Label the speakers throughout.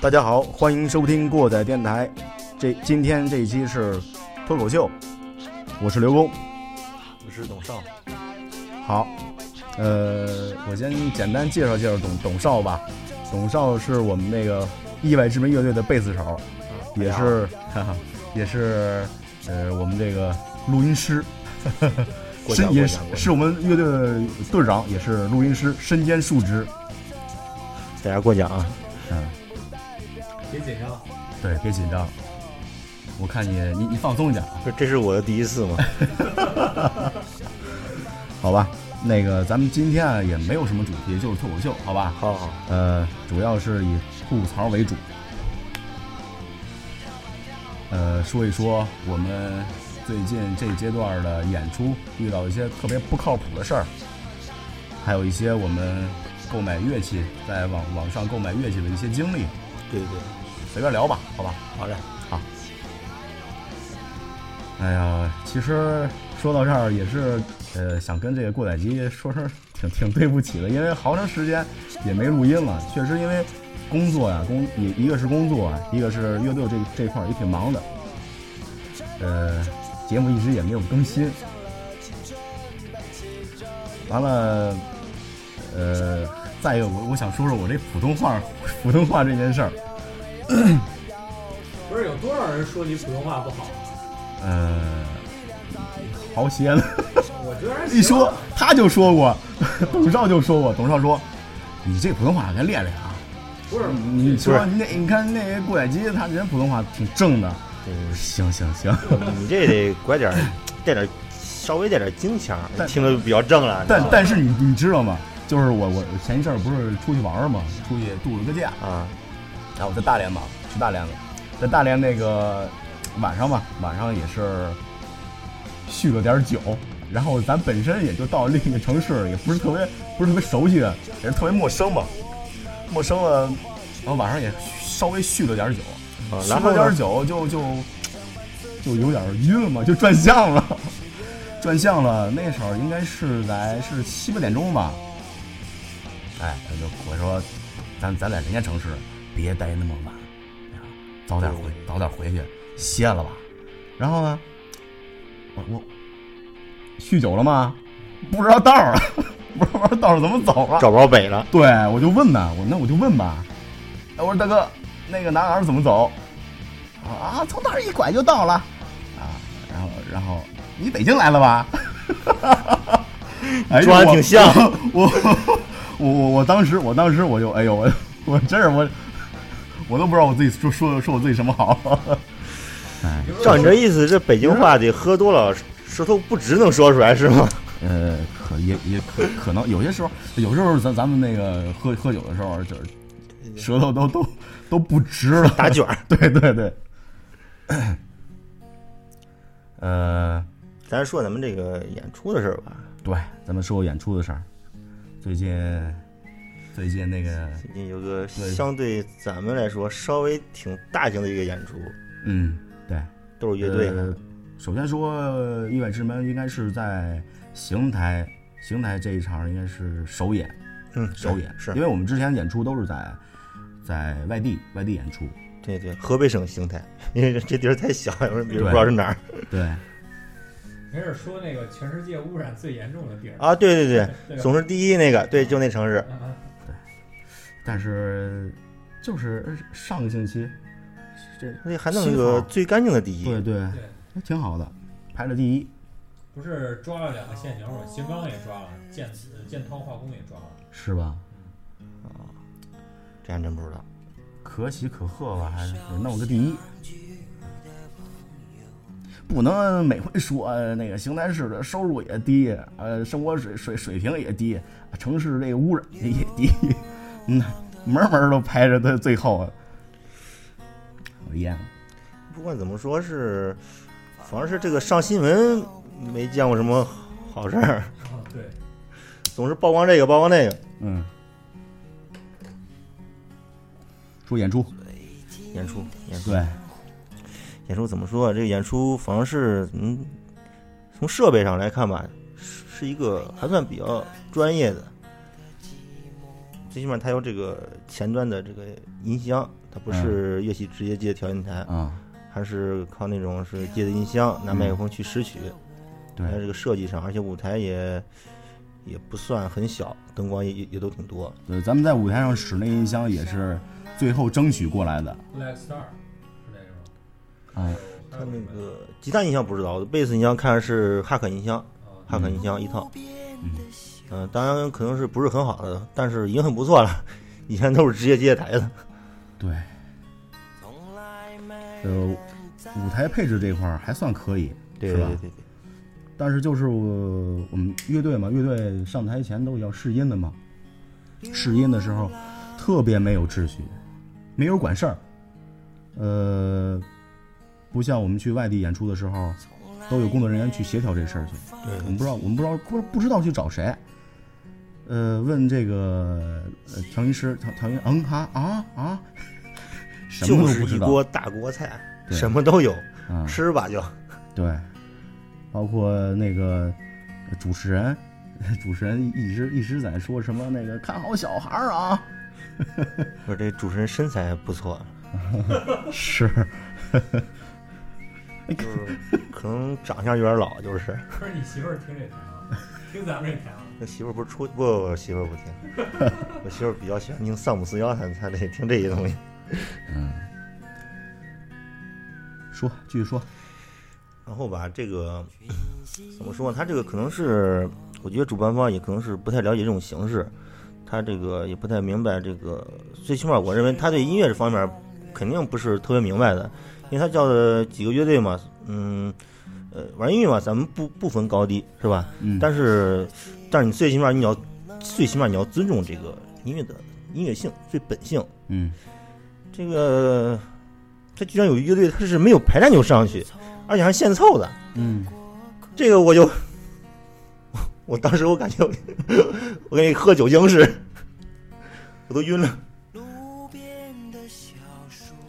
Speaker 1: 大家好，欢迎收听过载电台。这今天这一期是脱口秀，我是刘工。
Speaker 2: 我是董少，
Speaker 1: 好，呃，我先简单介绍介绍董董少吧。董少是我们那个意外之门乐队的贝斯手，
Speaker 2: 哎
Speaker 1: 也是， 哈哈，也是，呃，我们这个录音师，
Speaker 2: 过
Speaker 1: 身
Speaker 2: 奖
Speaker 1: 也
Speaker 2: 过
Speaker 1: 是
Speaker 2: 奖过奖
Speaker 1: 是我们乐队的队长，也是录音师，身兼数职。
Speaker 2: 大家过奖啊！
Speaker 1: 嗯，
Speaker 3: 别紧张，
Speaker 1: 对，别紧张，我看你你你放松一点啊。
Speaker 2: 不是，这是我的第一次 吗？
Speaker 1: 好吧，那个咱们今天啊也没有什么主题，就是脱口秀，好吧？
Speaker 2: 好好，
Speaker 1: 呃，主要是以吐槽为主，呃，说一说我们最近这阶段的演出遇到一些特别不靠谱的事儿，还有一些我们购买乐器在网网上购买乐器的一些经历，
Speaker 2: 对对，
Speaker 1: 随便聊吧，好吧？
Speaker 2: 好嘞，
Speaker 1: 哎呀，其实说到这儿也是，呃，想跟这个过载机说声挺 挺对不起的，因为好长时间也没录音了，确实因为工作呀、工一一个是工作啊，一个是乐队这这块儿也挺忙的，呃，节目一直也没有更新，完了，呃，再一个我我想说说我这普通话普通话这件事儿，
Speaker 3: 不是有多少人说你普通话不好啊？
Speaker 1: 呃，好些了。
Speaker 3: 我觉得还行啊
Speaker 1: 一说他就说 过，董少就说过，董少说，你这普通话该练练啊。
Speaker 3: 不是
Speaker 1: 你你
Speaker 2: 不
Speaker 1: 说
Speaker 2: 是
Speaker 1: 那你看那个郭采洁，他人普通话挺正的。
Speaker 2: 对
Speaker 1: 行行行，
Speaker 2: 你这得拐 点儿，带点儿，稍微带点儿京腔儿，
Speaker 1: 但
Speaker 2: 听着就比较正了。你知道
Speaker 1: 但
Speaker 2: 吗
Speaker 1: 但是你你知道吗？就是我我前一阵儿不是出去玩儿嘛，出去度了个假，
Speaker 2: 啊，
Speaker 1: 然后我在大连嘛，去大连了，在大连那个晚上嘛，晚上也是酗了点儿酒，然后咱本身也就到另一个城市，也不是特别不是特别熟悉的，也是特别陌生嘛，陌生了，然后晚上也稍微酗了点儿酒，
Speaker 2: 啊
Speaker 1: 酗
Speaker 2: 然后
Speaker 1: 了
Speaker 2: 呢
Speaker 1: 点儿酒就就就有点儿晕了嘛，就转向了， 转向了。那时候应该是在是七八点钟吧，哎，他就我说，咱咱在人家城市别待那么晚，啊早点回早点回去歇了吧。然后呢，我我酗酒了吗？不知道道儿啊， 不知道道儿怎么走了。
Speaker 2: 找不着北了，
Speaker 1: 对，我就问呐，我那我就问吧，哎我说大哥，那个哪哪怎么走？啊，从那儿一拐就到了，啊，然后然后你北京来了吧？ 哎呦
Speaker 2: 装得
Speaker 1: 我
Speaker 2: 挺像
Speaker 1: 我我我我当时我当时我就哎呦我我真是我我都不知道我自己说说说我自己什么好，哎，
Speaker 2: 照你这意思，这北京话得喝多了，舌头不直能说出来是吗？
Speaker 1: 呃，可也也可可能有些时候，有时候咱咱们那个喝喝酒的时候，就是舌头都都都不直了，
Speaker 2: 打卷儿，
Speaker 1: 对对对， 呃，
Speaker 2: 咱说咱们这个演出的事儿吧。
Speaker 1: 对，咱们说演出的事儿，最近最近那个，
Speaker 2: 最近有个
Speaker 1: 对
Speaker 2: 相对咱们来说稍微挺大型的一个演出，
Speaker 1: 嗯，对，
Speaker 2: 都是乐队
Speaker 1: 呃
Speaker 2: 啊，
Speaker 1: 首先说意外之门应该是在邢台，邢台这一场应该是首演，
Speaker 2: 嗯，
Speaker 1: 首演
Speaker 2: 是
Speaker 1: 因，为我们之前演出都是在在外地外地演出，
Speaker 2: 对对，河北省邢台，因为这地儿太 小，有人也不知道是哪儿
Speaker 1: 对，
Speaker 3: 没事说那个全世界污染最严重的地儿，
Speaker 2: 啊。对对
Speaker 3: 对
Speaker 2: 对，
Speaker 3: 吧
Speaker 2: 总是第一那个，对，就那城市。
Speaker 3: 嗯嗯
Speaker 1: 但是就是上个星期，这
Speaker 2: 那还弄一个最干净的第一
Speaker 1: 对，对
Speaker 3: 对，
Speaker 1: 挺好的，排了第一，
Speaker 3: 不是抓了两个现行吗？邢刚也抓了，建呃建滔化工也抓了，
Speaker 1: 是吧？
Speaker 2: 这还真不知道。
Speaker 1: 可喜可贺吧，还是得弄个第一。不能每回说呃那个邢台市的收入也低，呃，生活水水水平也低，城市这个污染也低，嗯，门门都排着在最后啊。讨厌，
Speaker 2: 不管怎么说是，反正是这个上新闻没见过什么好事儿，
Speaker 3: 啊对，
Speaker 2: 总是曝光这个曝光那个。
Speaker 1: 嗯。说演出，
Speaker 2: 演出演出
Speaker 1: 对，
Speaker 2: 演出怎么说啊？这个演出反正是嗯，从设备上来看吧，是是一个还算比较专业的，最起码它有这个前端的这个音箱，它不是乐器直接接调音台，
Speaker 1: 啊，
Speaker 2: 还是靠那种是接的音箱拿麦克风去拾取。
Speaker 1: 对
Speaker 2: 在这个设计上，而且舞台也也不算很小，灯光也也也都挺多。
Speaker 1: 对，咱们在舞台上室内音箱也是最后争取过来的。
Speaker 3: Black Star 是那个吗？
Speaker 1: 哎，
Speaker 3: 还
Speaker 2: 它
Speaker 3: 有
Speaker 2: 那
Speaker 3: 什么呀
Speaker 2: 个吉他音箱不知道，贝斯音箱看着是哈克音箱，
Speaker 3: 啊
Speaker 2: 哈克音箱一套。
Speaker 1: 嗯
Speaker 2: 嗯、当然可能是不是很好的，但是已经很不错了。以前都是直接接台的。
Speaker 1: 对，呃，舞台配置这块儿还算可以，
Speaker 2: 对
Speaker 1: 是
Speaker 2: 对
Speaker 1: 吧
Speaker 2: 对对，
Speaker 1: 但是就是我我们乐队嘛，乐队上台前都要试音的嘛，试音的时候特别没有秩序，没有管事儿，呃，不像我们去外地演出的时候，都有工作人员去协调这事儿去。
Speaker 2: 对
Speaker 1: 我们不知道，我们不知道不不知道去找谁。呃，问这个呃调音师，调调音，嗯哈啊啊，什么都
Speaker 2: 就是
Speaker 1: 不知
Speaker 2: 一
Speaker 1: 道。
Speaker 2: 锅大锅菜，
Speaker 1: 对
Speaker 2: 什么都有，
Speaker 1: 啊，
Speaker 2: 吃吧就。
Speaker 1: 对，包括那个呃主持人， 主持人一直一直在说什么那个看好小孩儿啊，
Speaker 2: 不是这主持人身材不错，
Speaker 1: 是
Speaker 2: 就是可能长相有点老，就是。
Speaker 3: 不是你媳妇儿听这台吗？听咱们这台吗？啊
Speaker 2: 那媳妇儿不是出不，我媳妇儿不听，我媳妇儿比较喜欢听丧母四幺，她她得听这些东西。
Speaker 1: 说继续说，
Speaker 2: 然后吧，这个怎么说呢？他这个可能是，我觉得主办方也可能是不太了解这种形式，他这个也不太明白这个，最起码我认为他对音乐这方面肯定不是特别明白的，因为他叫的几个乐队嘛，嗯，呃，玩音乐嘛，咱们不不分高低是吧？
Speaker 1: 嗯，
Speaker 2: 但是，但是你最起码你要，最起码你要尊重这个音乐的音乐性，最本性。
Speaker 1: 嗯
Speaker 2: 这个他居然有乐队，他是没有排练就上去，而且还现凑的，
Speaker 1: 嗯，
Speaker 2: 这个我就，我当时我感觉我我跟喝酒精似的，我都晕了。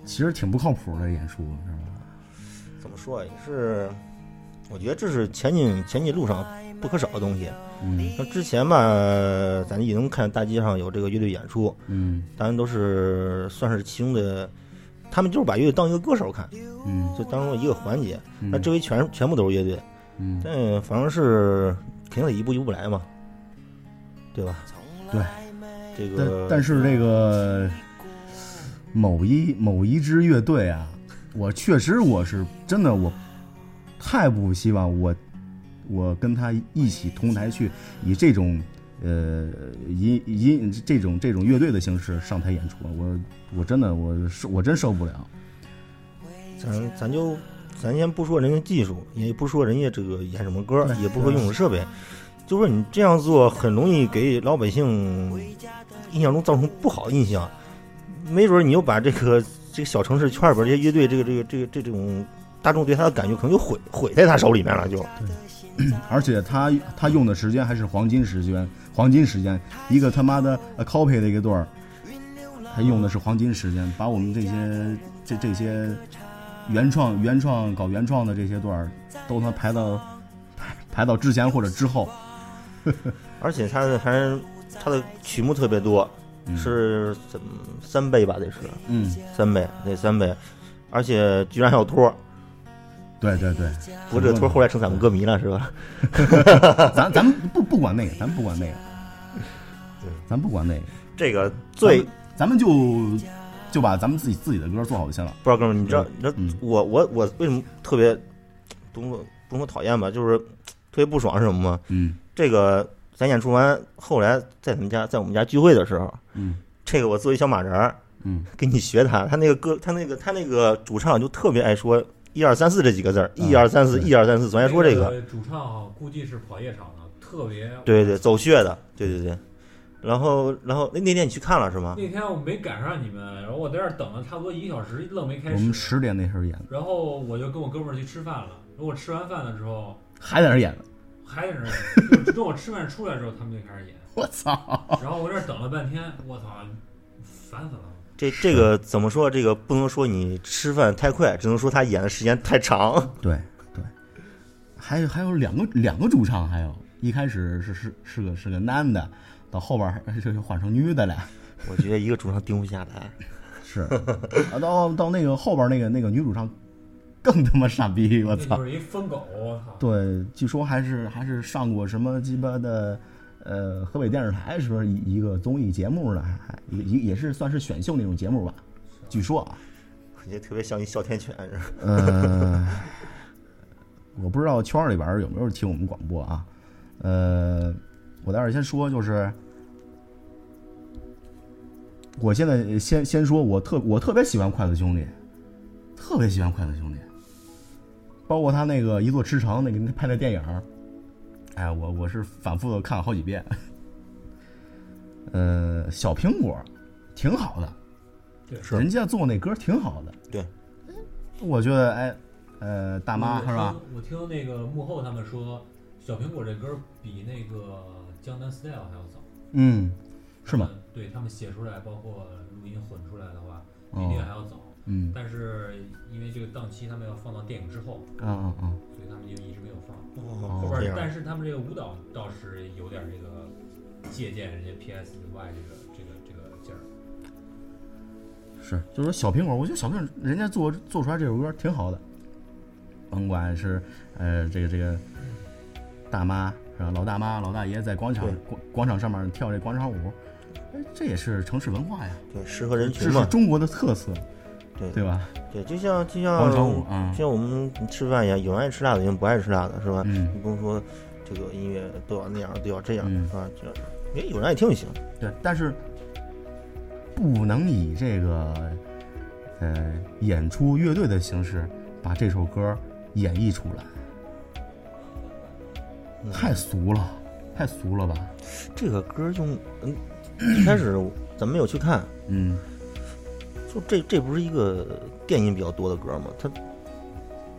Speaker 1: 其实挺不靠谱的演出，是吧？
Speaker 2: 怎么说啊也是，我觉得这是前进前进路上不可少的东西。
Speaker 1: 嗯
Speaker 2: 那之前吧，咱也能看大街上有这个乐队演出，
Speaker 1: 嗯
Speaker 2: 当然都是算是其中的，他们就是把乐队当一个歌手看，
Speaker 1: 嗯，
Speaker 2: 就当中一个环节。
Speaker 1: 嗯
Speaker 2: 那这回全全部都是乐队，
Speaker 1: 嗯
Speaker 2: 但反正是肯定得一步一步来嘛，对吧？
Speaker 1: 对，
Speaker 2: 这
Speaker 1: 但
Speaker 2: 个
Speaker 1: 但是这个某一某一支乐队啊，我确实我是真的我太不希望我我跟他一起同台去以这种呃音音这种这种乐队的形式上台演出，我我真的我受我真受不了。
Speaker 2: 咱咱就咱先不说人家技术，也不说人家这个演什么歌，
Speaker 1: 对
Speaker 2: 也不说用什么设备，就说你这样做很容易给老百姓印象中造成不好印象，没准儿你又把这个这个小城市圈里边这些乐队，这个这个这个这这种大众对他的感觉，可能就毁毁在他手里面了，就
Speaker 1: 而且他他用的时间还是黄金时间，黄金时间，一个他妈的呃 copy 的一个队儿，他用的是黄金时间，把我们这些这这些原创原创搞原创的这些队儿都他妈排到排排到之前或者之后，
Speaker 2: 而且他的还他的曲目特别多，
Speaker 1: 嗯
Speaker 2: 是怎么三倍吧？得是
Speaker 1: 嗯，
Speaker 2: 三倍，得三倍，而且居然还有托儿，
Speaker 1: 对对 对，
Speaker 2: 不过这个托儿后来成咱们歌迷了是吧？
Speaker 1: 咱咱们不不管那个，咱不管那个
Speaker 2: 对，
Speaker 1: 咱不管那个，
Speaker 2: 这个最
Speaker 1: 咱们就就把咱们自己自己的歌做好就行了，
Speaker 2: 不知道哥们儿，你知道你知道
Speaker 1: 嗯
Speaker 2: 我我我为什么特别不能说不能说讨厌吧，就是特别不爽是什么吗？
Speaker 1: 嗯
Speaker 2: 这个咱演出完后来在他们家在我们家聚会的时候，
Speaker 1: 嗯
Speaker 2: 这个我作为小马人儿
Speaker 1: 嗯，
Speaker 2: 跟你学他，他那个歌他那个他那个主唱就特别爱说一二三四这几个字儿，
Speaker 1: 嗯
Speaker 2: 一二三四一二三四，总爱说这个，
Speaker 3: 个主唱啊估计是跑夜场的，特别。
Speaker 2: 对对对，走穴的，对对对。然后然后那那天你去看了是吗？
Speaker 3: 那天我没赶上你们，然后我在这儿等了差不多一个小时，愣没开
Speaker 1: 我们
Speaker 3: 始。
Speaker 1: 十点那时候演的，
Speaker 3: 然后我就跟我哥们儿去吃饭了。然后我吃完饭了之后，
Speaker 1: 还在那儿演呢，
Speaker 3: 还在那儿，就等我吃饭出来之后，他们就开始演。
Speaker 1: 我操！
Speaker 3: 然后我这儿等了半天，我操，烦死了！
Speaker 2: 这这个怎么说？这个不能说你吃饭太快，只能说他演的时间太长。
Speaker 1: 对对，还有还有两个两个主 唱，还有一开始是是是个是个男的，到后边儿就就换成女的了。
Speaker 2: 我觉得一个主唱盯不下来。
Speaker 1: 是啊， 到到那个后边那个那个女主唱更他妈傻逼，我
Speaker 3: 那
Speaker 1: 操
Speaker 3: 就！是一疯狗，我操！
Speaker 1: 对，据说还是还是上过什么鸡巴的，呃，河北电视台是不是一一个综艺节目呢？还还一一也是算是选秀那种节目吧，据说啊，
Speaker 2: 我觉得特别像一哮天犬似的。
Speaker 1: 呃，我不知道圈儿里边儿有没有听我们广播啊，呃，我待会儿先说，就是我现在先先说，我特我特别喜欢筷子兄弟，特别喜欢筷子兄弟，包括他那个一座之城那个拍的电影儿，哎，我我是反复的看了好几遍。呃，小苹果挺好的，
Speaker 3: 对，
Speaker 2: 是
Speaker 1: 人家做那歌挺好的，
Speaker 2: 对，
Speaker 1: 我觉得哎，呃，大妈
Speaker 3: 嗯
Speaker 1: 是吧？
Speaker 3: 我听？我听那个幕后他们说，小苹果这歌比那个江南 Style 还要早，
Speaker 1: 嗯，是吗
Speaker 3: 他？们？对他们写出来，包括录音混出来的话，比那个还
Speaker 1: 哦，
Speaker 3: 要早。
Speaker 1: 嗯，
Speaker 3: 但是因为这个档期他们要放到电影之后，
Speaker 1: 啊啊啊，
Speaker 3: 所以他们就一直没有放。
Speaker 1: 哦
Speaker 3: 后
Speaker 2: 这
Speaker 3: 边，
Speaker 2: 样
Speaker 3: 但是他们这个舞蹈倒是有点这个借鉴人家 PSY 这个这个这个劲儿。
Speaker 1: 是，就是说小苹果，我觉得小苹果人家做做出来这首歌挺好的，甭管是呃这个这个大妈是吧，老大妈老大爷在广场
Speaker 2: 对
Speaker 1: 广广场上面跳这广场舞，哎这也是城市文化呀，
Speaker 2: 对适合人群
Speaker 1: 这是
Speaker 2: 嘛，嗯
Speaker 1: 中国的特色，
Speaker 2: 对
Speaker 1: 对吧？
Speaker 2: 对，就像就
Speaker 1: 广
Speaker 2: 像
Speaker 1: 场舞啊
Speaker 2: 就，像我们吃饭一样，有人爱吃辣的，有人不爱吃辣的，是吧？
Speaker 1: 嗯
Speaker 2: 你不能说这个音乐都要那样，都要这样、
Speaker 1: 嗯
Speaker 2: 啊，这样哎，有人爱听就行。
Speaker 1: 对，但是不能以这个呃演出乐队的形式把这首歌演绎出来，
Speaker 2: 嗯
Speaker 1: 太俗了，太俗了吧？
Speaker 2: 这个歌用嗯，一开始咱没有去看，
Speaker 1: 嗯，
Speaker 2: 就这这不是一个电音比较多的歌吗？它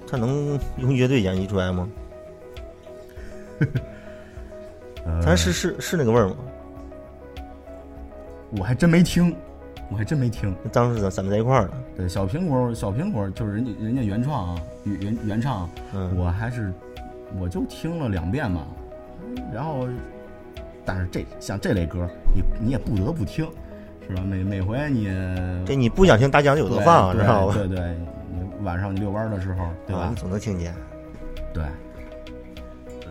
Speaker 2: 它能用乐队演绎出 来吗？
Speaker 1: 呃
Speaker 2: 咱是是是那个味儿吗？
Speaker 1: 我还真没听，我还真没听。
Speaker 2: 当时咱咱们在一块儿呢，
Speaker 1: 对，小苹果，小苹果就是人家人家原创啊，原原唱，
Speaker 2: 嗯，
Speaker 1: 我还是我就听了两遍嘛，然后，但是这像这类歌，你你也不得不听，是吧？每每回你
Speaker 2: 这你不想听大将就有的放，啊
Speaker 1: 对
Speaker 2: 知道吧？
Speaker 1: 对对，你晚上你遛弯儿的时候，对
Speaker 2: 啊
Speaker 1: 吧
Speaker 2: 你？总能听见。
Speaker 1: 对。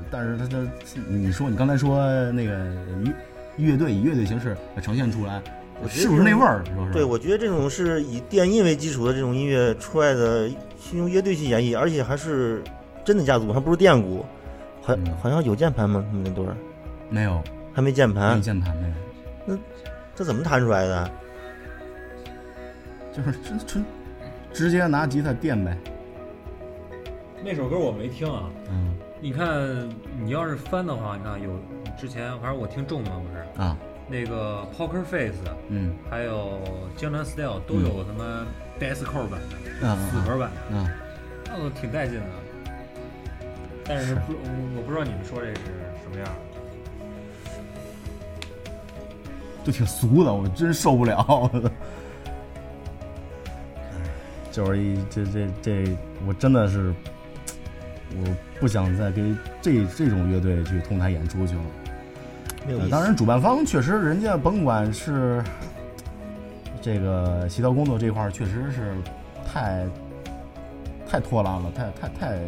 Speaker 1: 但是他他，你说你刚才说那个乐乐队以乐队形式呈现出来，
Speaker 2: 我觉得
Speaker 1: 是不是那味儿？是不是？
Speaker 2: 对，我觉得这种是以电音为基础的这种音乐出来的，去用乐队去演绎，而且还是真的架子鼓，还不是电鼓，好
Speaker 1: 嗯
Speaker 2: 好像有键盘吗？他们那队儿
Speaker 1: 没有，
Speaker 2: 还没键
Speaker 1: 没有
Speaker 2: 盘，
Speaker 1: 键盘没有。
Speaker 2: 这怎么弹出来的？
Speaker 1: 就是纯纯直接拿吉他垫呗。
Speaker 3: 那首歌我没听啊，
Speaker 1: 嗯
Speaker 3: 你看你要是翻的话，你看有之前反正我听中的嘛不是
Speaker 1: 啊，
Speaker 3: 那个 Poker Face，
Speaker 1: 嗯
Speaker 3: 还有江南 Style 都有他妈 Disco 版的、
Speaker 1: 啊
Speaker 3: 死
Speaker 1: 啊
Speaker 3: 格版的。
Speaker 1: 啊，
Speaker 3: 那都挺带劲的。但是不，我我不知道你们说这是什么样的。
Speaker 1: 就挺俗的，我真受不了。 就是一这这这，我真的是，我不想再给这这种乐队去同台演出去了。
Speaker 2: 没有意
Speaker 1: 呃
Speaker 2: 思。
Speaker 1: 当然，主办方确实，人家甭管是这个协调工作这块儿，确实是太太拖拉了，太太太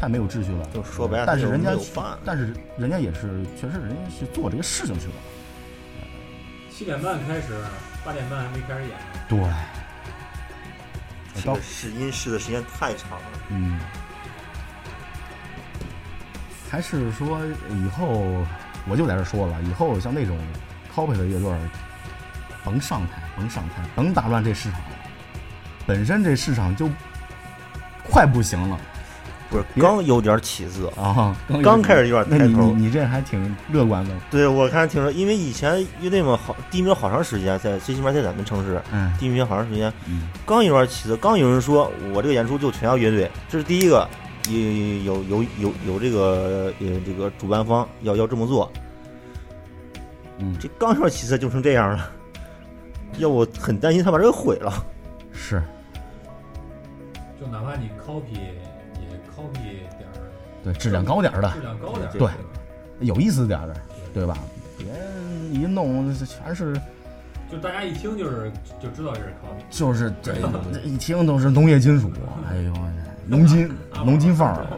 Speaker 1: 太没有秩序了。
Speaker 2: 就说白了，
Speaker 1: 但是
Speaker 2: 他
Speaker 1: 人家
Speaker 2: 没有饭，
Speaker 1: 但是人家也是，确实人家是做这个事情去了。
Speaker 3: 七点半开始，八点半还没开始演。
Speaker 1: 对，
Speaker 2: 这
Speaker 1: 到
Speaker 2: 个试音试的时间太长了。
Speaker 1: 嗯，还是说以后我就在这说了，以后像那种 copy 的乐队儿，甭上台，甭上台，甭打乱这市场，本身这市场就快不行了
Speaker 2: 不是刚有点起色，
Speaker 1: 啊！
Speaker 2: 刚开始有点
Speaker 1: 那
Speaker 2: 抬
Speaker 1: 你你
Speaker 2: 头。
Speaker 1: 你这还挺乐观的，
Speaker 2: 对，我看听说，因为以前乐队嘛好低迷了好长时间，在最起码在咱们城市
Speaker 1: 嗯
Speaker 2: 低迷了好长时间，
Speaker 1: 嗯
Speaker 2: 刚有点起色，刚有人说我这个演出就全要乐队，这是第一个，有有有有有这个呃这个主办方要要这么做，
Speaker 1: 嗯，
Speaker 2: 这刚有点起色就成这样了，要我很担心他把这个毁了。
Speaker 1: 是
Speaker 3: 就哪怕你 copy 也 copy 点儿
Speaker 1: 对质量高点儿的
Speaker 3: 质，量高点儿的
Speaker 1: 啊对有意思点儿的，对吧？别一弄全是
Speaker 3: 就大家一听就是就知道这是烤饼，
Speaker 1: 就是对，一听都是农业金属，哎呦，农金农金范儿，啊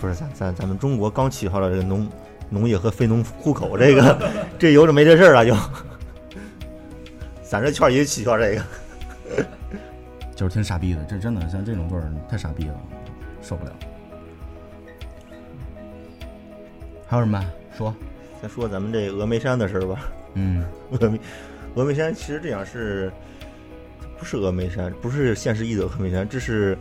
Speaker 2: 不是咱咱咱们中国刚起好了这个农农业和非农户口，这个 这有着没这事儿了就，咱这圈儿也起号这个，
Speaker 1: 就是挺傻逼的。这真的像这种味儿太傻逼了，受不了。还有什么啊说？
Speaker 2: 再说咱们这峨眉山的事儿吧。
Speaker 1: 嗯，
Speaker 2: 峨眉，峨眉山其实这样是，不是峨眉山，不是现实意义的峨眉山，这是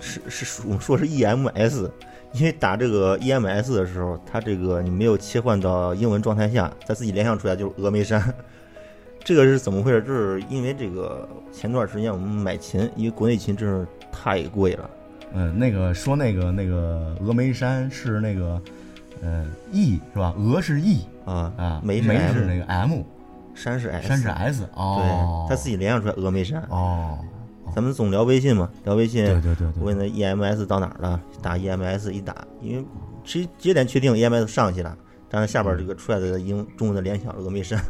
Speaker 2: 是是我们说是 EMS，因为打这个 EMS 的时候，它这个你没有切换到英文状态下，它自己联想出来就是峨眉山。这个是怎么回事？就是因为这个前段时间我们买琴，因为国内琴真是太贵了，
Speaker 1: 嗯，那个说那个那个峨眉山是那个，呃，E 是吧？峨是 E
Speaker 2: 啊
Speaker 1: 啊，
Speaker 2: 眉
Speaker 1: 眉
Speaker 2: 是 M，
Speaker 1: 是那个 M，
Speaker 2: 山是 S，
Speaker 1: 山是 S 哦
Speaker 2: 对，，他自己联想出来峨眉山。
Speaker 1: 哦，
Speaker 2: 咱们总聊微信嘛，聊微信，
Speaker 1: 对对对
Speaker 2: 我
Speaker 1: 对，
Speaker 2: 问他 EMS 到哪儿了，打 EMS 一打，因为其实节点确定 EMS 上去了，但是下边
Speaker 1: 嗯
Speaker 2: 这个出来的英中文的联想峨眉山，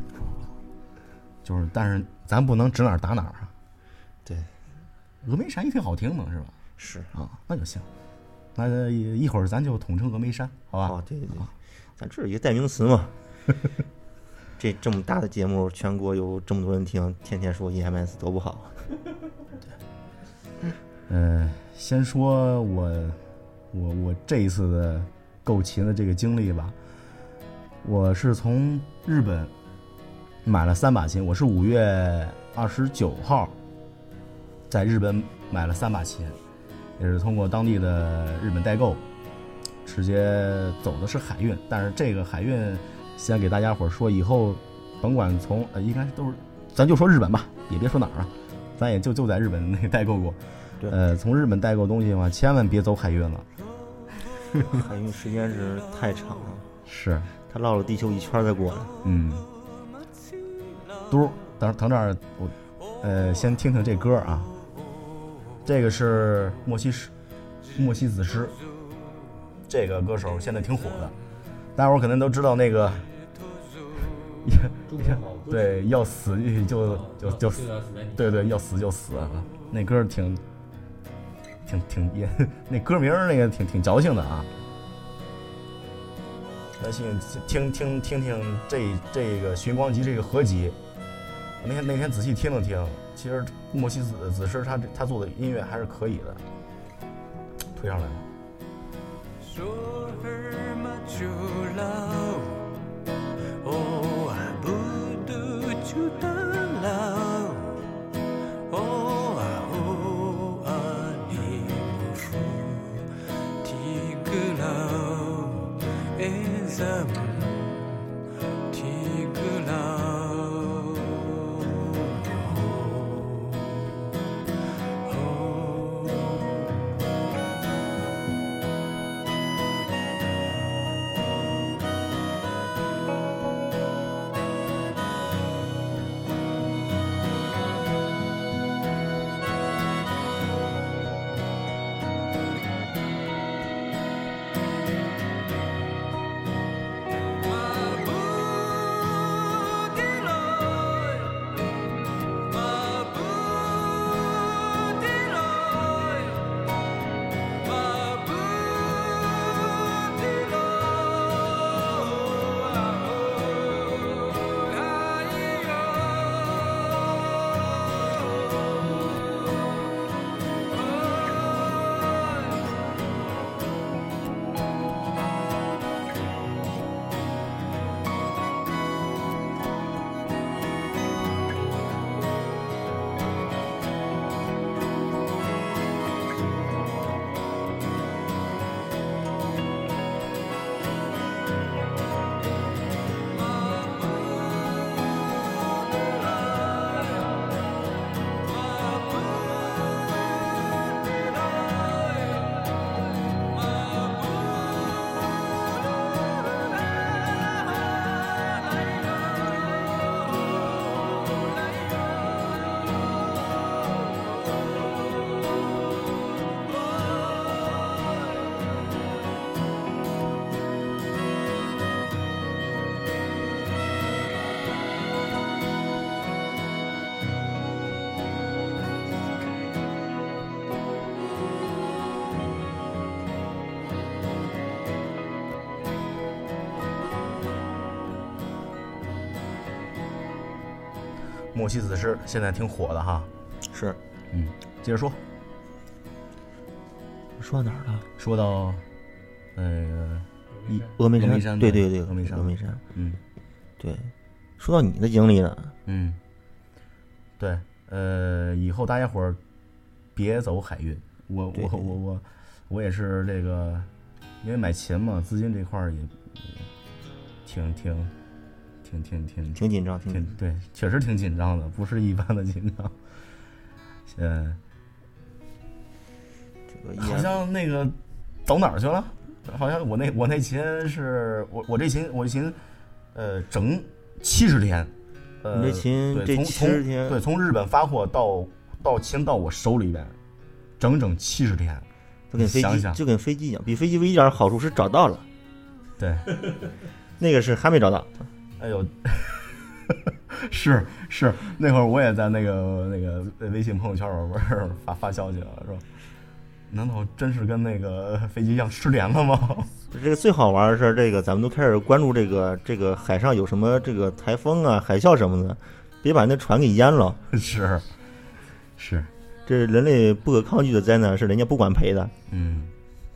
Speaker 1: 就是但是咱不能指哪儿打哪儿啊。
Speaker 2: 对，
Speaker 1: 峨眉山也挺好听嘛，是吧？
Speaker 2: 是
Speaker 1: 啊，那就行，那一会儿咱就统称峨眉山，好吧？
Speaker 2: 哦，对对对，咱这是一个代名 词嘛。这这么大的节目，全国有这么多人听，天天说 EMS 多不好。
Speaker 1: 呃，先说我我我这一次的购琴的这个经历吧。我是从日本买了三把琴，我是五月二十九号在日本买了三把琴，也是通过当地的日本代购，直接走的是海运。但是这个海运，先给大家伙儿说，以后甭管从呃，应该都是，咱就说日本吧，也别说哪儿啊，咱也就就在日本那个代购过。
Speaker 2: 对
Speaker 1: 呃，从日本代购东西的话，千万别走海运了。
Speaker 2: 海运时间是太长了，
Speaker 1: 是，
Speaker 2: 他绕了地球一圈再过来。
Speaker 1: 嗯，嘟儿，等等这儿，我呃先听听这歌儿啊，这个是莫西诗，莫西子诗，这个歌手现在挺火的，大伙儿可能都知道那个，
Speaker 3: 中国好歌，
Speaker 1: 对，要死就
Speaker 3: 啊，
Speaker 1: 就就死，
Speaker 3: 这个死在你
Speaker 1: 对对，要死就死啊，那歌儿挺挺挺也， 那歌名儿那个挺挺矫情的啊。咱先听听听听这这个《寻光集》这个合集，我那天那天仔细听了听，其实莫西子子诗他这他做的音乐还是可以的，推上来了。
Speaker 4: Show her my true love. Oh, I budu chuta love. Oh, I oh, ani mufu. Tigulao ezam. Tigulao. Oh, oh.
Speaker 1: 嗯，莫西子诗现在挺火的哈。
Speaker 2: 是
Speaker 1: 嗯，接着说，
Speaker 2: 说到哪儿了？
Speaker 1: 说到那个，
Speaker 3: 峨眉
Speaker 2: 峨
Speaker 3: 山
Speaker 1: 峨
Speaker 2: 眉
Speaker 1: 眉
Speaker 2: 山，
Speaker 1: 山
Speaker 2: 对
Speaker 1: 对
Speaker 2: 对对，
Speaker 1: 峨眉山
Speaker 2: 峨眉山，
Speaker 1: 嗯
Speaker 2: 对。说到你的经历了，
Speaker 1: 嗯，对，呃，以后大家伙儿别走海运，我
Speaker 2: 对
Speaker 1: 我我我我也是这个，因为买琴嘛，资金这块儿也呃挺挺挺挺挺
Speaker 2: 挺紧张，挺
Speaker 1: 挺对，确实挺紧张的，不是一般的紧张。嗯，
Speaker 2: 这个一
Speaker 1: 好
Speaker 2: 言
Speaker 1: 像那个走哪儿去了？好像我那我那琴是我我这琴我这琴，呃，整七十天。呃，
Speaker 2: 你这琴
Speaker 1: 对
Speaker 2: 嗯这
Speaker 1: 从从
Speaker 2: 70天
Speaker 1: 对，从日本发货到到琴到我手里边，整整七十天。
Speaker 2: 就跟飞
Speaker 1: 想
Speaker 2: 机
Speaker 1: 想
Speaker 2: 就跟飞机一样，比飞机唯一点好处是找到了，
Speaker 1: 对，
Speaker 2: 那个是还没找到，
Speaker 1: 哎呦， 是是，那会儿我也在那个那个微信朋友圈儿不是发发消息了，说难道真是跟那个飞机一样失联了吗？
Speaker 2: 这个最好玩的是，这个咱们都开始关注这个这个海上有什么这个台风啊、海啸什么的，别把那船给淹了。
Speaker 1: 是是，
Speaker 2: 这是人类不可抗拒的灾难，是人家不管赔的。
Speaker 1: 嗯，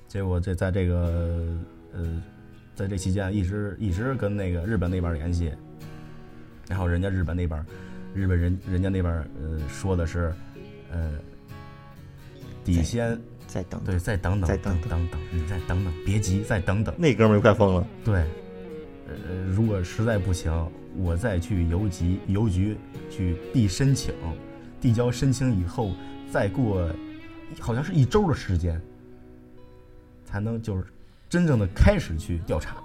Speaker 1: 结果这在这个呃，在这期间一直一直跟那个日本那边联系，然后人家日本那边，日本人人家那边呃说的是，呃，
Speaker 2: 再
Speaker 1: 得先
Speaker 2: 再等等，
Speaker 1: 对再等等
Speaker 2: 再等
Speaker 1: 等等等，你再等等，别急，再等等。
Speaker 2: 那哥们儿快疯了，
Speaker 1: 对，呃，如果实在不行，我再去邮局邮局去递申请，递交申请以后，再过好像是一周的时间，才能就是真正的开始去调查。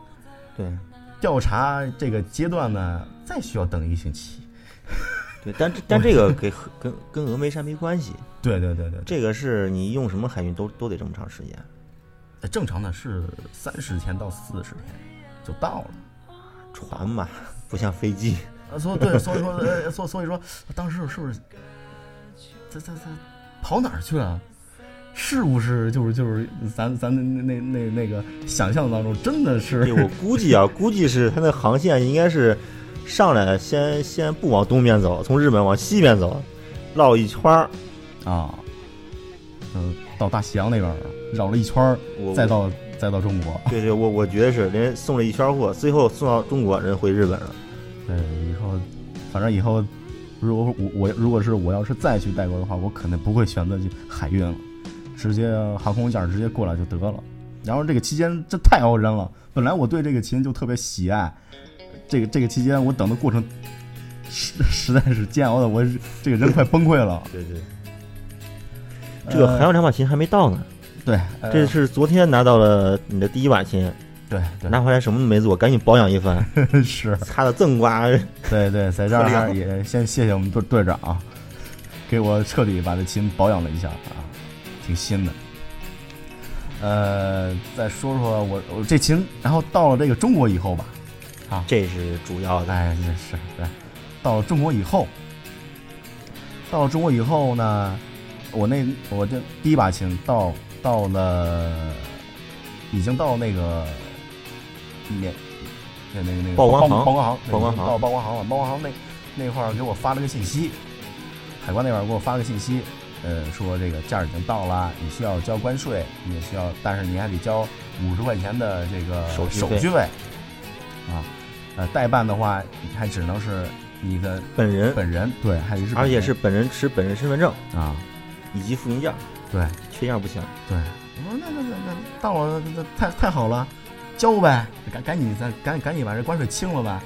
Speaker 2: 对
Speaker 1: 嗯调查这个阶段呢，再需要等一星期。
Speaker 2: 对，但这但这个给和跟跟峨眉山没关系，
Speaker 1: 对对对对，
Speaker 2: 这个是你用什么海运都都得这么长时间。
Speaker 1: 这呃正常的是三十天到四十天就到了。
Speaker 2: 船嘛，不像飞机，
Speaker 1: 啊，所以对，所以说，呃，所所以说，当时是不是，这这这跑哪儿去了？是不是就是就是咱咱那那那那个想象当中真的
Speaker 2: 对
Speaker 1: 是
Speaker 2: 我估计啊，估计是它那航线应该是上来先先不往东边走，从日本往西边走，绕一圈儿。
Speaker 1: 啊？嗯，到大西洋那边儿绕了一圈儿，
Speaker 2: 我
Speaker 1: 再到再到中国。
Speaker 2: 对对，我我觉得是人家送了一圈货，最后送到中国，人回日本了。
Speaker 1: 对，以后反正以后，如果我我如果是我要是再去代购的话，我肯定不会选择去海运了，直接航空件儿直接过来就得了。然后这个期间这太熬人了，本来我对这个琴就特别喜爱，这个这个期间我等的过程实实在是煎熬的，我这个人快崩溃了。
Speaker 2: 对对，这个还有两把琴还没到呢，
Speaker 1: 对，呃
Speaker 2: 这是昨天拿到了你的第一把琴，
Speaker 1: 对
Speaker 2: 拿回来什么都没做，赶紧保养一番，
Speaker 1: 对 是，
Speaker 2: 擦的锃瓜。
Speaker 1: 对对，在这
Speaker 2: 喝凉
Speaker 1: 儿也先谢谢我们队队长啊，给我彻底把这琴保养了一下啊，挺新的。呃，再说说我我这琴，然后到了这个中国以后吧，
Speaker 2: 这是主要的。
Speaker 1: 哎，这是对，到了中国以后，到了中国以后呢，我那我这第一把琴到到了，已经到那个免呃那那个那个
Speaker 2: 报关行
Speaker 1: 报关行
Speaker 2: 报关行
Speaker 1: 对到报关行了，报关行那那块儿给我发了个信息，海关那边儿给我发了个信息，呃，说这个价儿已经到了，你需要交关税，你也需要，但是你还得交五十块钱的这个
Speaker 2: 手续
Speaker 1: 手
Speaker 2: 费
Speaker 1: 续费啊。呃，代办的话，还只能是你的
Speaker 2: 本人，
Speaker 1: 本人，对，还得是本
Speaker 2: 而且
Speaker 1: 人
Speaker 2: 啊是本人持本人身份证
Speaker 1: 啊，
Speaker 2: 以及复印件，
Speaker 1: 对
Speaker 2: 缺件不行。
Speaker 1: 对。我说那那那那到了，那那太太好了，交呗，赶赶紧咱赶赶紧把这关税清了吧，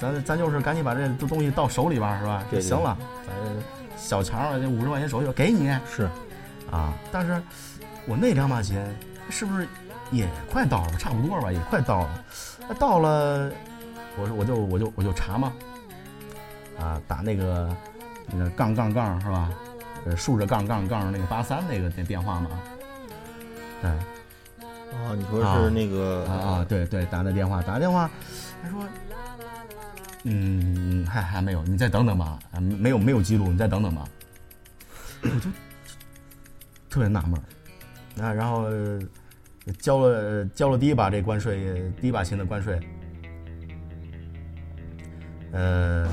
Speaker 1: 咱咱咱就是赶紧把这东西到手里边儿是吧？
Speaker 2: 对对
Speaker 1: 行了，咱小钱儿这五十块钱手续费给你，
Speaker 2: 是，
Speaker 1: 啊，但是我那两把琴是不是也快到了？差不多吧，也快到了。那到了，我说我就我就我就查嘛，啊，打那个那个杠杠杠是吧？呃，竖着杠杠杠那个八三那个那电话嘛，对
Speaker 2: 哦，你说
Speaker 1: 啊
Speaker 2: 是那个
Speaker 1: 啊啊，对对，打那电话打电话，他说。嗯，还还没有，你再等等吧。啊，没有没有记录，你再等等吧。我就特别纳闷儿，啊，然后呃交了交了第一把这关税，第一把新的关税，呃，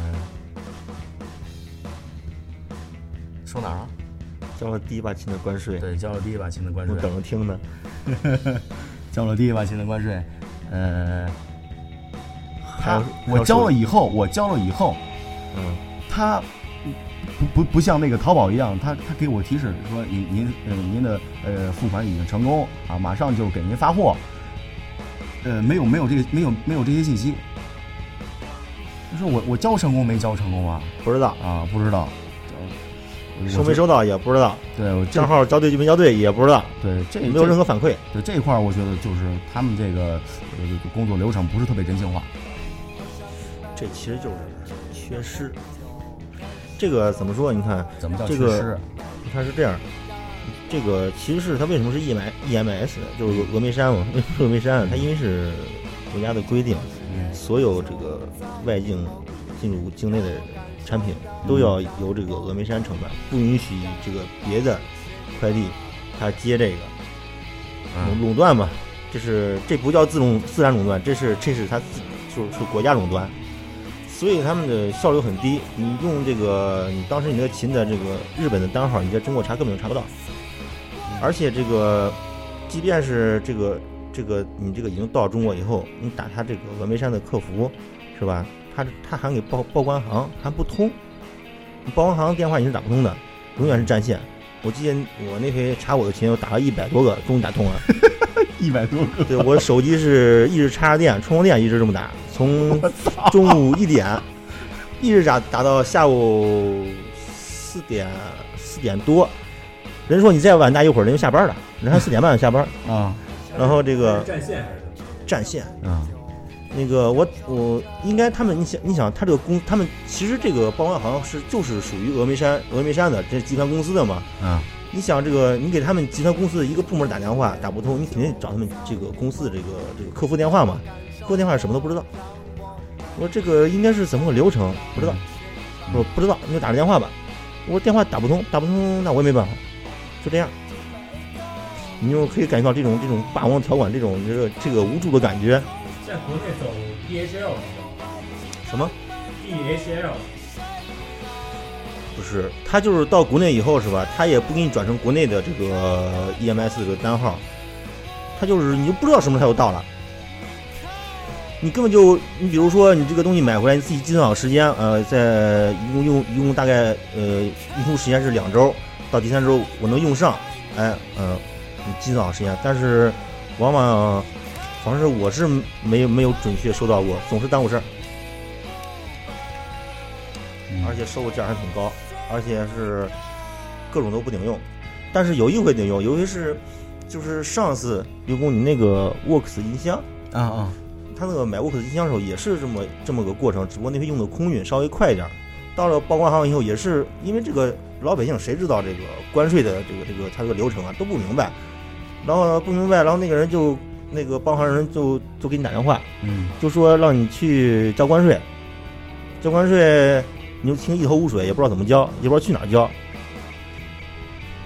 Speaker 1: 说哪儿了？
Speaker 2: 交了第一把琴的关税，
Speaker 1: 对，交了第一把琴的关
Speaker 2: 我
Speaker 1: 税，
Speaker 2: 等着听呢。
Speaker 1: 交了第一把琴的关税，呃，
Speaker 2: 有
Speaker 1: 他
Speaker 2: 还
Speaker 1: 我
Speaker 2: 有
Speaker 1: 交了
Speaker 2: 手
Speaker 1: 以后，我交了以后，
Speaker 2: 嗯，
Speaker 1: 他不不不像那个淘宝一样，他他给我提示说您您呃您的呃付款已经成功啊，马上就给您发货。呃，没有没有这个没有没有这些信息。他说我我交成功没交成功啊？
Speaker 2: 不知道
Speaker 1: 啊，不知道。呃
Speaker 2: 收没？收到也不知道，
Speaker 1: 我就对，我这
Speaker 2: 账号交对就没交对也不知道，
Speaker 1: 对这
Speaker 2: 没有任
Speaker 1: 何
Speaker 2: 何反馈。
Speaker 1: 对这一块，我觉得就是他们这个呃这个工作流程不是特别人性化。
Speaker 2: 这其实就是缺失。这个怎么说？你看，
Speaker 1: 怎么叫缺
Speaker 2: 这
Speaker 1: 失？
Speaker 2: 个它是这样，这个其实是它为什么是 EMI EMS 呢？就是峨峨眉山嘛，为 什么是峨眉山？它因为是国家的规定，
Speaker 1: 嗯
Speaker 2: 所有这个外境进入境内的产品都要由这个峨眉山承办，不允许这个别的快递它接这个垄垄断嘛。这是这不叫自垄自然垄断，这是这是它自就是是国家垄断，所以他们的效率很低。你用这个你当时你那个琴的这个日本的单号，你在中国查根本就查不到，而且这个即便是这个这个你这个已经到中国以后，你打他这个峨眉山的客服，是吧？他他还给报报关行还不通，报关行电话你是打不通的，永远是占线。我记得我那回查我的琴，我打了一百多个，终于打通了。
Speaker 1: 一百多个，
Speaker 2: 对我手机是一直插着电，充上电一直这么打，从中午一点一直打打到下午四点四点多。人说你再晚打一会儿，人就下班了，人还四点半就下班。
Speaker 1: 啊
Speaker 2: 然后这个
Speaker 3: 占线还是怎么着？
Speaker 2: 占线。
Speaker 1: 啊
Speaker 2: 那个我我应该他们你想你想他这个公他们其实这个报关行是就是属于峨眉山峨眉山的这集团公司的嘛。
Speaker 1: 啊！
Speaker 2: 你想这个你给他们集团公司的一个部门打电话打不通，你肯定找他们这个公司的这个这个客服电话嘛。客服电话什么都不知道。我说这个应该是怎么个流程？不知道。
Speaker 1: 嗯
Speaker 2: 我说不知道，你就打个电话吧。我说电话打不通，打不通，那我也没办法，就这样。你就可以感觉到这种这种霸王条款这种这个这个无助的感觉。
Speaker 3: 现在国内走 DHL 那
Speaker 2: 什么？
Speaker 3: 个 DHL
Speaker 2: 不是，他就是到国内以后是吧？他也不给你转成国内的这个 EMS 这个单号，他就是你就不知道什么时候他就到了。你根本就，你比如说你这个东西买回来，你自己计算好时间，呃，在一共用一共大概呃运输时间是两周，到第三周我能用上，哎，嗯、你计算好时间，但是往往反正是我是没没有准确收到过，总是耽误事儿。
Speaker 1: 嗯
Speaker 2: 而且收购价还挺高，而且是各种都不顶用。但是有一回顶用，有一回是就是上次刘工你那个 Works 音箱，
Speaker 1: 啊啊！
Speaker 2: 他那个买 Works 音箱的时候也是这么这么个过程，只不过那回用的空运稍微快一点儿。到了报关行以后，也是因为这个老百姓谁知道这个关税的这个这个它这个流程啊都不明白，然后呢不明白，然后那个人就那个报关行人就就给你打电话，
Speaker 1: 嗯
Speaker 2: 就说让你去交关税，交关税你就听一头雾水，也不知道怎么交，也不知道去哪儿交。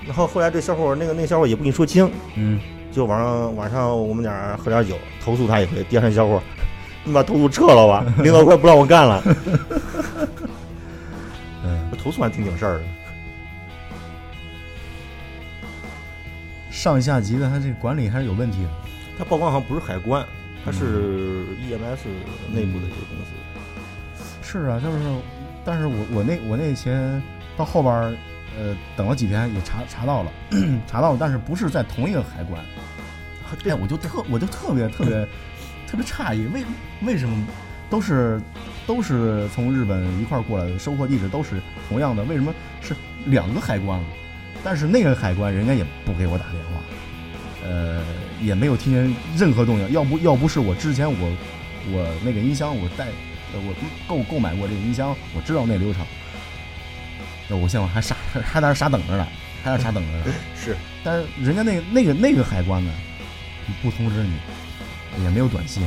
Speaker 2: 然后后来这小伙儿那个那个小伙儿也不跟你说清，
Speaker 1: 嗯，
Speaker 2: 就晚上晚上我们俩人喝点酒，投诉他一回。第二天小伙儿，你把投诉撤了 吧，领导快不让我干 了。
Speaker 1: 对，
Speaker 2: 我投诉还挺顶事儿的。
Speaker 1: 上下级的他这管理还是有问题的。
Speaker 2: 他曝光好像不是海关，他是 EMS 内部的一个公司。
Speaker 1: 是啊，就是，但是我我那我那钱到后边儿，呃，等了几天也查查到了， 查到了，但是不是在同一个海关？哎，我就特我就特别特别特别诧异，为为什么都是都是从日本一块儿过来的，收货地址都是同样的，为什么是两个海关了？但是那个海关人家也不给我打电话，呃，也没有听见任何动静。要不要不是我之前我我那个音箱我带呃我购购买过这个音箱，我知道那流程。那我现在我还傻还在那傻等着呢，还在那傻等着呢。
Speaker 2: 是
Speaker 1: 但是人家那个那个那个海关呢，不通知你，也没有短信，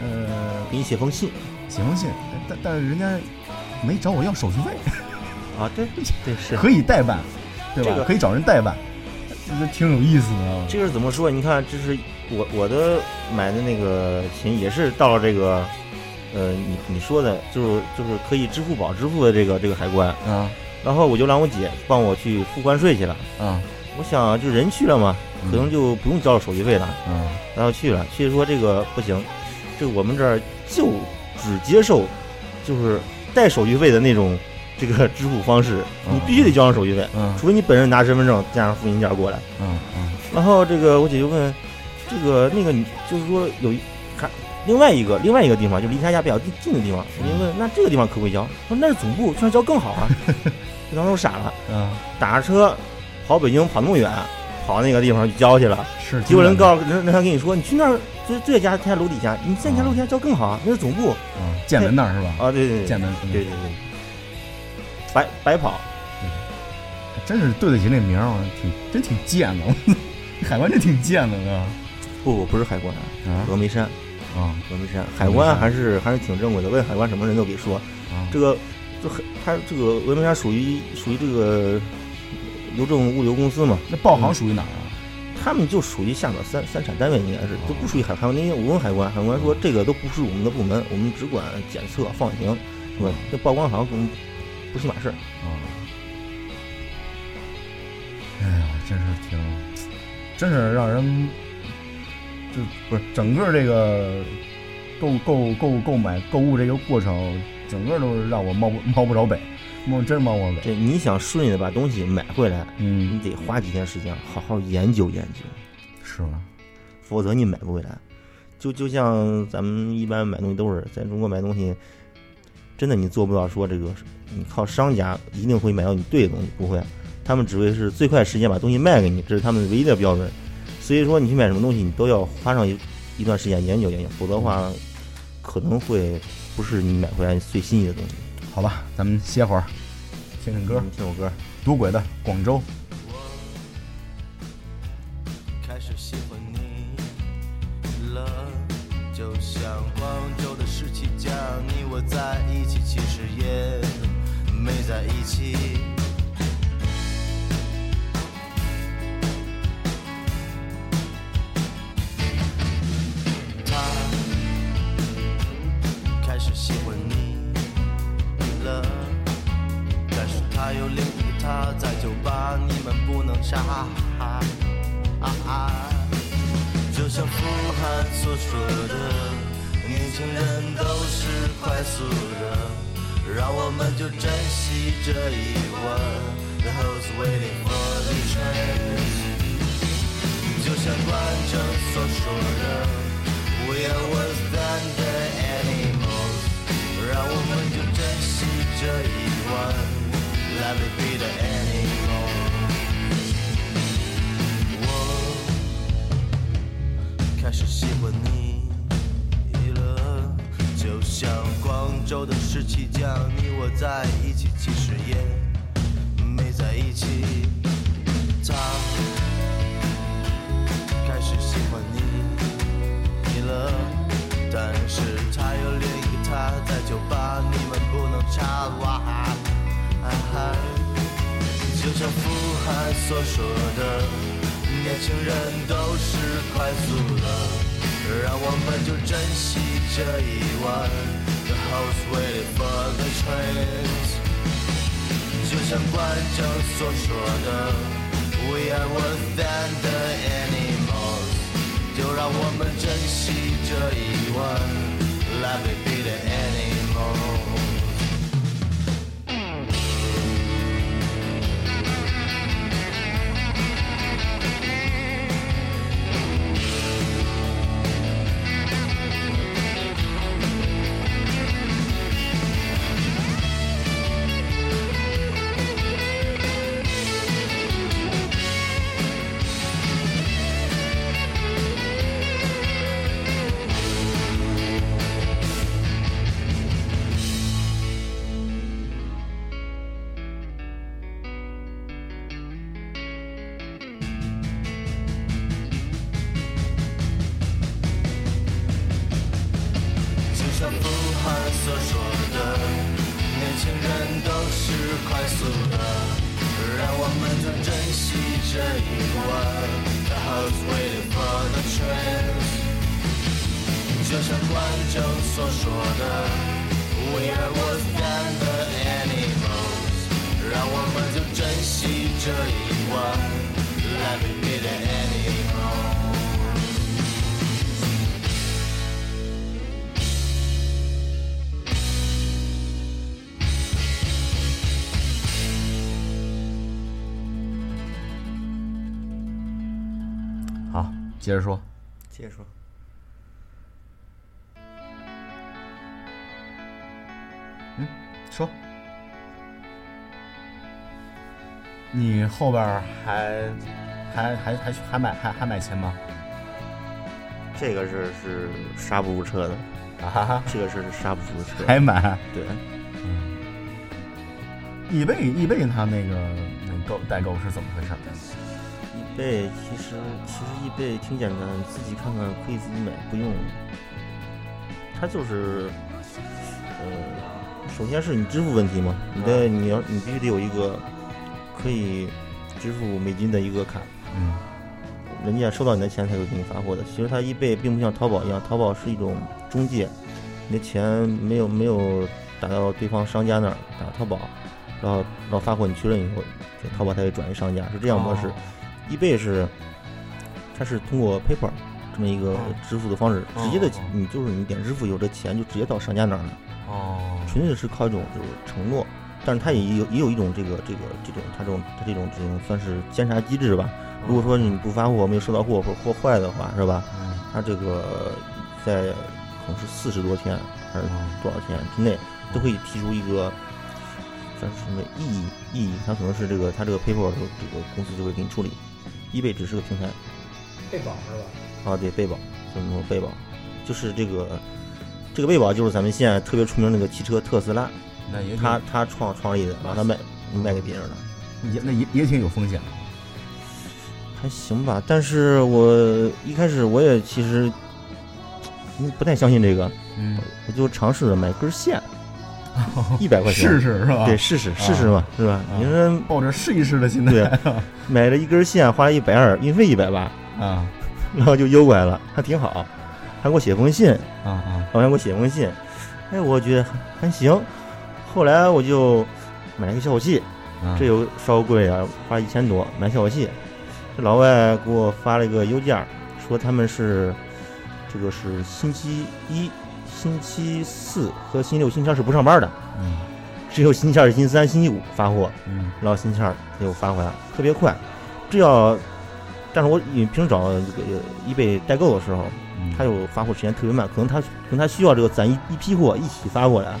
Speaker 1: 呃，
Speaker 2: 给你写封信
Speaker 1: 写封信，但但是人家没找我要手续费，
Speaker 2: 啊？对对是。
Speaker 1: 可以代办，对吧？
Speaker 2: 这个
Speaker 1: 可以找人代办，这这挺有意思的啊。
Speaker 2: 这个是怎么说？你看，这是我我的买的那个琴，也是到了这个，呃，你你说的，就是就是可以支付宝支付的这个这个海关，
Speaker 1: 啊，
Speaker 2: 然后我就让我姐帮我去付关税去了。
Speaker 1: 嗯
Speaker 2: 我想就人去了嘛，可能就不用交手续费了。
Speaker 1: 嗯
Speaker 2: 然后去了，去说这个不行，这个我们这儿就只接受就是带手续费的那种这个支付方式，你必须得交上手续费，
Speaker 1: 嗯
Speaker 2: 除非你本人拿身份证加上复印件过来。
Speaker 1: 嗯嗯
Speaker 2: 然后这个我姐就问，这个那个你就是说有一看另外一个另外一个地方，就离他家比较近近的地方，我就问那这个地方可不可以交？我说那是总部，去那儿交更好啊。就当时我傻了，
Speaker 1: 嗯，
Speaker 2: 啊打着车跑北京跑那么远，跑那个地方去交去了。
Speaker 1: 是。
Speaker 2: 结果人告诉人人家跟你说，你去那儿就这家他家楼底下，你在你家楼底下交更好啊，那是总部
Speaker 1: 嗯，建文那儿是吧？
Speaker 2: 啊，对对对
Speaker 1: 建，文，嗯
Speaker 2: 对对对，白白跑，
Speaker 1: 真是对得起那名儿，我啊挺真挺贱的， 海关真挺贱的哥。
Speaker 2: 不不不是海关，
Speaker 1: 啊
Speaker 2: 峨眉山，
Speaker 1: 啊
Speaker 2: 峨眉山，海关还是还是挺正规的，问海关什么人都给说，
Speaker 1: 啊！
Speaker 2: 这个这很他这个峨眉山属于属于这个邮政物流公司嘛，
Speaker 1: 那报行属于哪儿啊？
Speaker 2: 他们就属于下边三三产单位，应该是都不属于海海关。那天我问海关，海关说这个都不是我们的部门，我们只管检测放行，是吧？这曝光好像跟我们不是一码事儿。
Speaker 1: 啊！
Speaker 2: 嗯
Speaker 1: 哎呀，真是挺，真是让人，就不是整个这个购购购购买购物这个过程，整个都是让我摸不摸不着北，摸真摸不着北。
Speaker 2: 这你想顺利的把东西买回来，你
Speaker 1: 嗯，
Speaker 2: 得花几天时间好好研究研究，
Speaker 1: 是吧？
Speaker 2: 否则你买不回来。就就像咱们一般买东西都是在中国买东西，真的你做不到说这个你靠商家一定会买到你对的东西，不会，他们只会是最快时间把东西卖给你，这是他们唯一的标准。所以说你去买什么东西，你都要花上一一段时间研究研究，否则的话可能会不是你买回来最心仪的东西。
Speaker 1: 好吧，咱们歇会儿，听听歌
Speaker 2: 你，嗯听首歌。
Speaker 1: 赌鬼的《广州》。
Speaker 5: 开始喜欢你了，就像广州的湿气将你我在一起，其实也没在一起。他开始喜欢你了，但是他有另一个他在酒吧，你们不能傻。啊啊！就像傅汗所说的，年轻人都是快速的，让我们就珍惜这一晚。The house waiting for the train。就像关喆所说的，We are worse than the animals。让我们就珍惜这一晚，Let me be the animal。我开始喜欢你了，就像广州的湿气将你我在一起，其实也没在一起。他开始喜欢你了，但是他有另一个他在酒吧，你们不能插话。啊哈就像傅汗所说的，年轻人都是快速的，让我们就珍惜这一晚。The house waiting for the trains。就像关喆所说的，We are worse than the animals。就让我们珍惜这一晚，Let me be the animals。就像傅汗所说的，年轻人都是快速的，让我们就珍惜这一晚。The house waiting for the trains。就像关喆所说的，We are worse than the animals。让让我们就珍惜这一晚，Let me be the animal。
Speaker 1: 好，接着说。
Speaker 2: 接着说。
Speaker 1: 说，你后边儿还还还还还买还还买琴吗？
Speaker 2: 这个是是刹不住车的，
Speaker 1: 啊哈哈，
Speaker 2: 这个是刹不住车。
Speaker 1: 还买？
Speaker 2: 对，
Speaker 1: 易贝易贝它那个那购代购是怎么回事儿？
Speaker 2: 易贝其实其实易贝挺简单，你自己看看可以自己买，不用。它就是，呃，首先是你支付问题嘛，你的你要你必须得有一个可以支付美金的一个卡，
Speaker 1: 嗯
Speaker 2: 人家收到你的钱才会给你发货的。其实它易贝并不像淘宝一样，淘宝是一种中介，你的钱没有没有打到对方商家那儿，打到淘宝，然后然后发货你确认以后，这淘宝才会转给商家，是这样模
Speaker 1: 哦
Speaker 2: 式。易贝是它是通过 PayPal 这么一个
Speaker 1: 哦
Speaker 2: 支付的方式，
Speaker 1: 哦
Speaker 2: 直接的
Speaker 1: 哦
Speaker 2: 你就是你点支付以后，这钱就直接到商家那儿了，
Speaker 1: 哦
Speaker 2: 纯粹是靠一种就是承诺。但是它也有也有一种这个这个这种它这种它这种这种算是监察机制吧。如
Speaker 1: 哦
Speaker 2: 果说你不发货，没有收到货或者货坏的话，是吧？
Speaker 1: 嗯
Speaker 2: 它这个在可能是四十多天还是
Speaker 1: 嗯
Speaker 2: 多少天之内，都会提出一个算是什么异议异议，它可能是这个它这个 PayPal 这个这个公司就会给你处理。易贝只是个平台
Speaker 3: 被绑是吧？
Speaker 2: 啊，对，贝宝，就是那种贝宝，就是这个这个贝宝就是咱们现在特别出名那个汽车特斯拉，
Speaker 1: 那也挺
Speaker 2: 他他创创立的，然后他卖卖给别人了。
Speaker 1: 也那也也挺有风险的。
Speaker 2: 还行吧，但是我一开始我也其实嗯不太相信这个，
Speaker 1: 嗯，
Speaker 2: 我就尝试着买根线，一百块钱
Speaker 1: 试啊试是吧？
Speaker 2: 对，，试试试试嘛，是吧？你说
Speaker 1: 抱着试一试的心态
Speaker 2: 对，买了一根线，花了一百二，运费一百八，
Speaker 1: 啊
Speaker 2: 然后就邮过来了，还挺好，还给我写封信，
Speaker 1: 啊啊！
Speaker 2: 老板给我写封信，哎，我觉得还还行。后来我就买了一个效果器，
Speaker 1: 啊
Speaker 2: 这又稍微贵点，花一千多买效果器。这老外给我发了一个邮件，说他们是这个是星期一、星期四和星期六、星期天是不上班的，
Speaker 1: 嗯
Speaker 2: 只有星期二、星期三、星期五发货，
Speaker 1: 嗯
Speaker 2: 然后星期二给我发回来，特别快。这要，但是我你平时找这个呃易贝代购的时候，
Speaker 1: 嗯，
Speaker 2: 他有发货时间特别慢，可能他可能他需要这个攒一一批货一起发过来，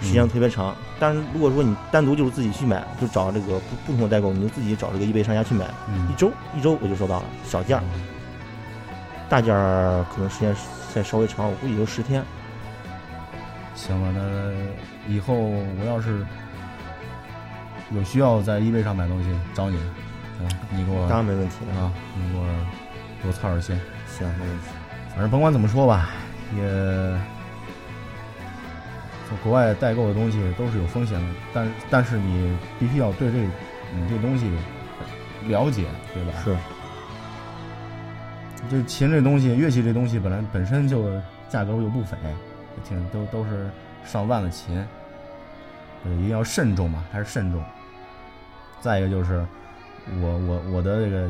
Speaker 2: 时间特别长。但是如果说你单独就是自己去买，就找这个不不同的代购，你就自己找这个易贝商家去买，
Speaker 1: 嗯
Speaker 2: 一周一周我就收到了小件儿，大件儿可能时间再稍微长，我估计也就十天。
Speaker 1: 行吧，那以后我要是有需要在 eBay 上买东西，找你，啊，你给我
Speaker 2: 当然没问题啊，
Speaker 1: 啊，你给我给我操点心，
Speaker 2: 行，没问题。
Speaker 1: 反正甭管怎么说吧，也从国外代购的东西都是有风险的，但但是你必须要对这你这东西了解，对吧？
Speaker 2: 是，
Speaker 1: 这琴这东西，乐器这东西本来本身就价格又不菲，挺都都是上万的琴，对，一定要慎重嘛，还是慎重。再一个就是，我我我的这个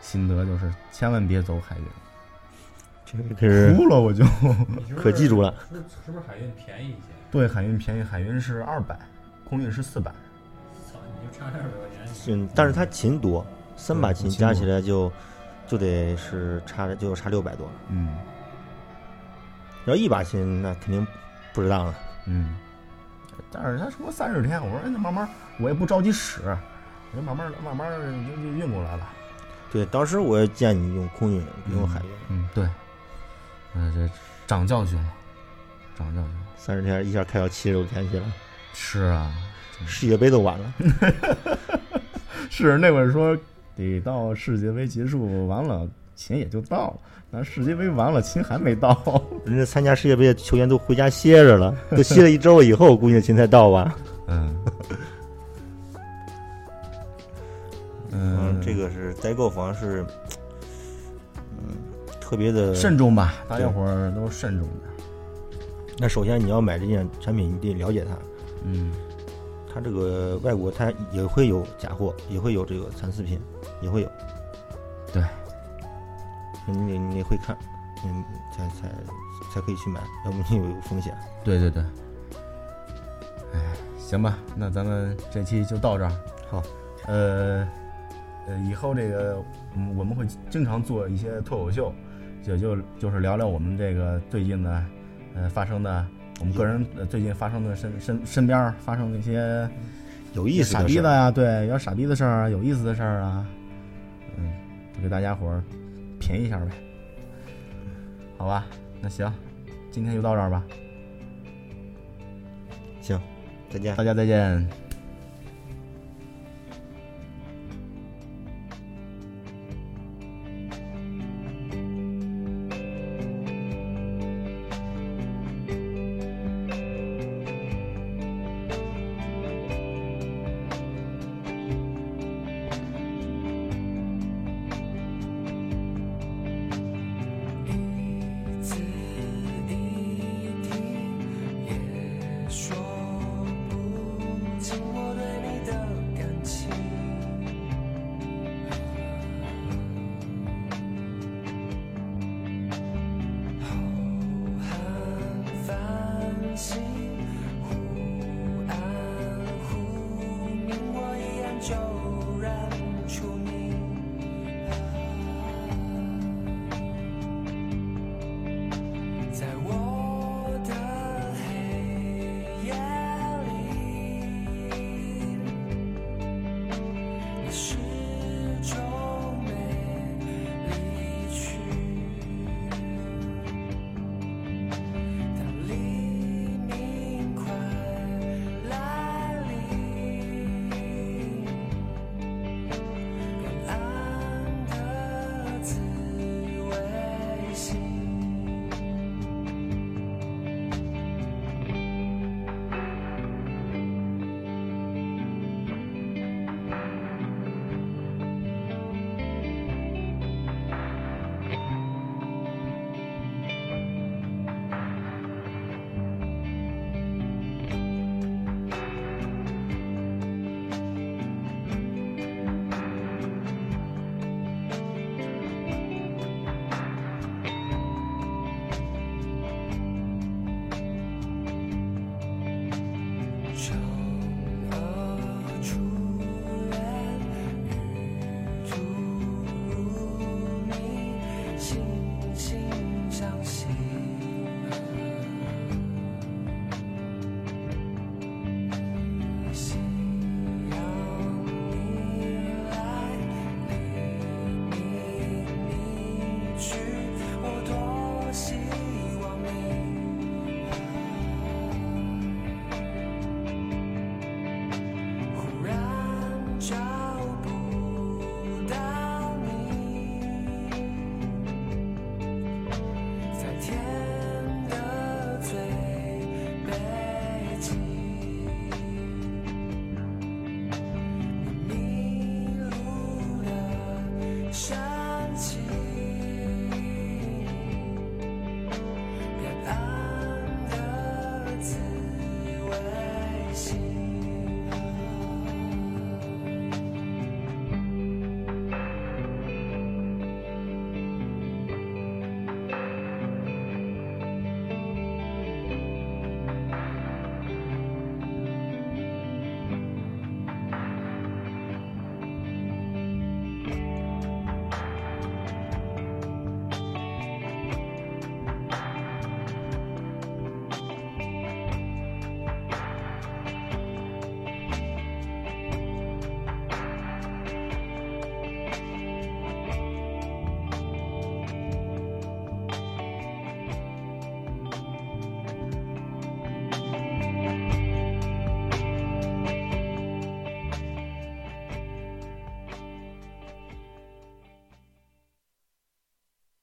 Speaker 1: 心得就是，千万别走海运，
Speaker 2: 这个可是
Speaker 1: 哭了我就。
Speaker 3: 你 是不是
Speaker 2: 可记住了，
Speaker 3: 是不是是不是海运便宜一些？
Speaker 1: 对，海运便宜，海运是二百，空运是四百。
Speaker 3: 操，你就差那二百块钱，
Speaker 2: 嗯，但是它琴多，三把琴
Speaker 1: 对琴
Speaker 2: 加
Speaker 1: 多
Speaker 2: 起来就就得是差就差六百多，
Speaker 1: 嗯
Speaker 2: 要一把琴那肯定不值当了。
Speaker 1: 嗯，但是他说三十天，我说哎那慢慢，我也不着急使，我就慢慢慢慢就就运过来了。
Speaker 2: 对，当时我也建议你用空运，不用海运，
Speaker 1: 嗯，对，嗯、这长教训了，长教训了。
Speaker 2: 三十天一下开到七十六天去了，
Speaker 1: 是啊，
Speaker 2: 世界杯都完了。
Speaker 1: 是那会儿说得到世界杯结束完了，琴也就到了，那世界杯完了，琴还没到。
Speaker 2: 人家参加世界杯的球员都回家歇着 了，都歇了一周以后，估计琴才到吧。
Speaker 1: 嗯。
Speaker 2: 嗯，这
Speaker 1: 个
Speaker 2: 个是代购，好像是，嗯，特别的
Speaker 1: 慎重吧，大家伙儿都慎重点儿。
Speaker 2: 那首先你要买这件产品，你得了解它，
Speaker 1: 嗯，
Speaker 2: 它它这个外国它也会有假货，也会有这个残次品，也会有。
Speaker 1: 对，
Speaker 2: 你得你得会看，嗯，才才才可以去买，要不你有风险。
Speaker 1: 对对对，哎，行吧，那咱们这期就到这儿。
Speaker 2: 好，
Speaker 1: 呃，呃，以后这个嗯，我们会经常做一些脱口秀，也就就是聊聊我们这个最近的，呃，发生的我们个人呃最近发生的身身身边儿发生的一些
Speaker 2: 有意思
Speaker 1: 傻
Speaker 2: 的
Speaker 1: 逼
Speaker 2: 事
Speaker 1: 的
Speaker 2: 儿，
Speaker 1: 呀、对，有点傻逼的事儿啊，有意思的事儿啊，嗯，就给大家伙儿便宜一下呗，好吧，那行，今天就到这儿吧，
Speaker 2: 行，再见
Speaker 1: 大。家再见。
Speaker 4: 啊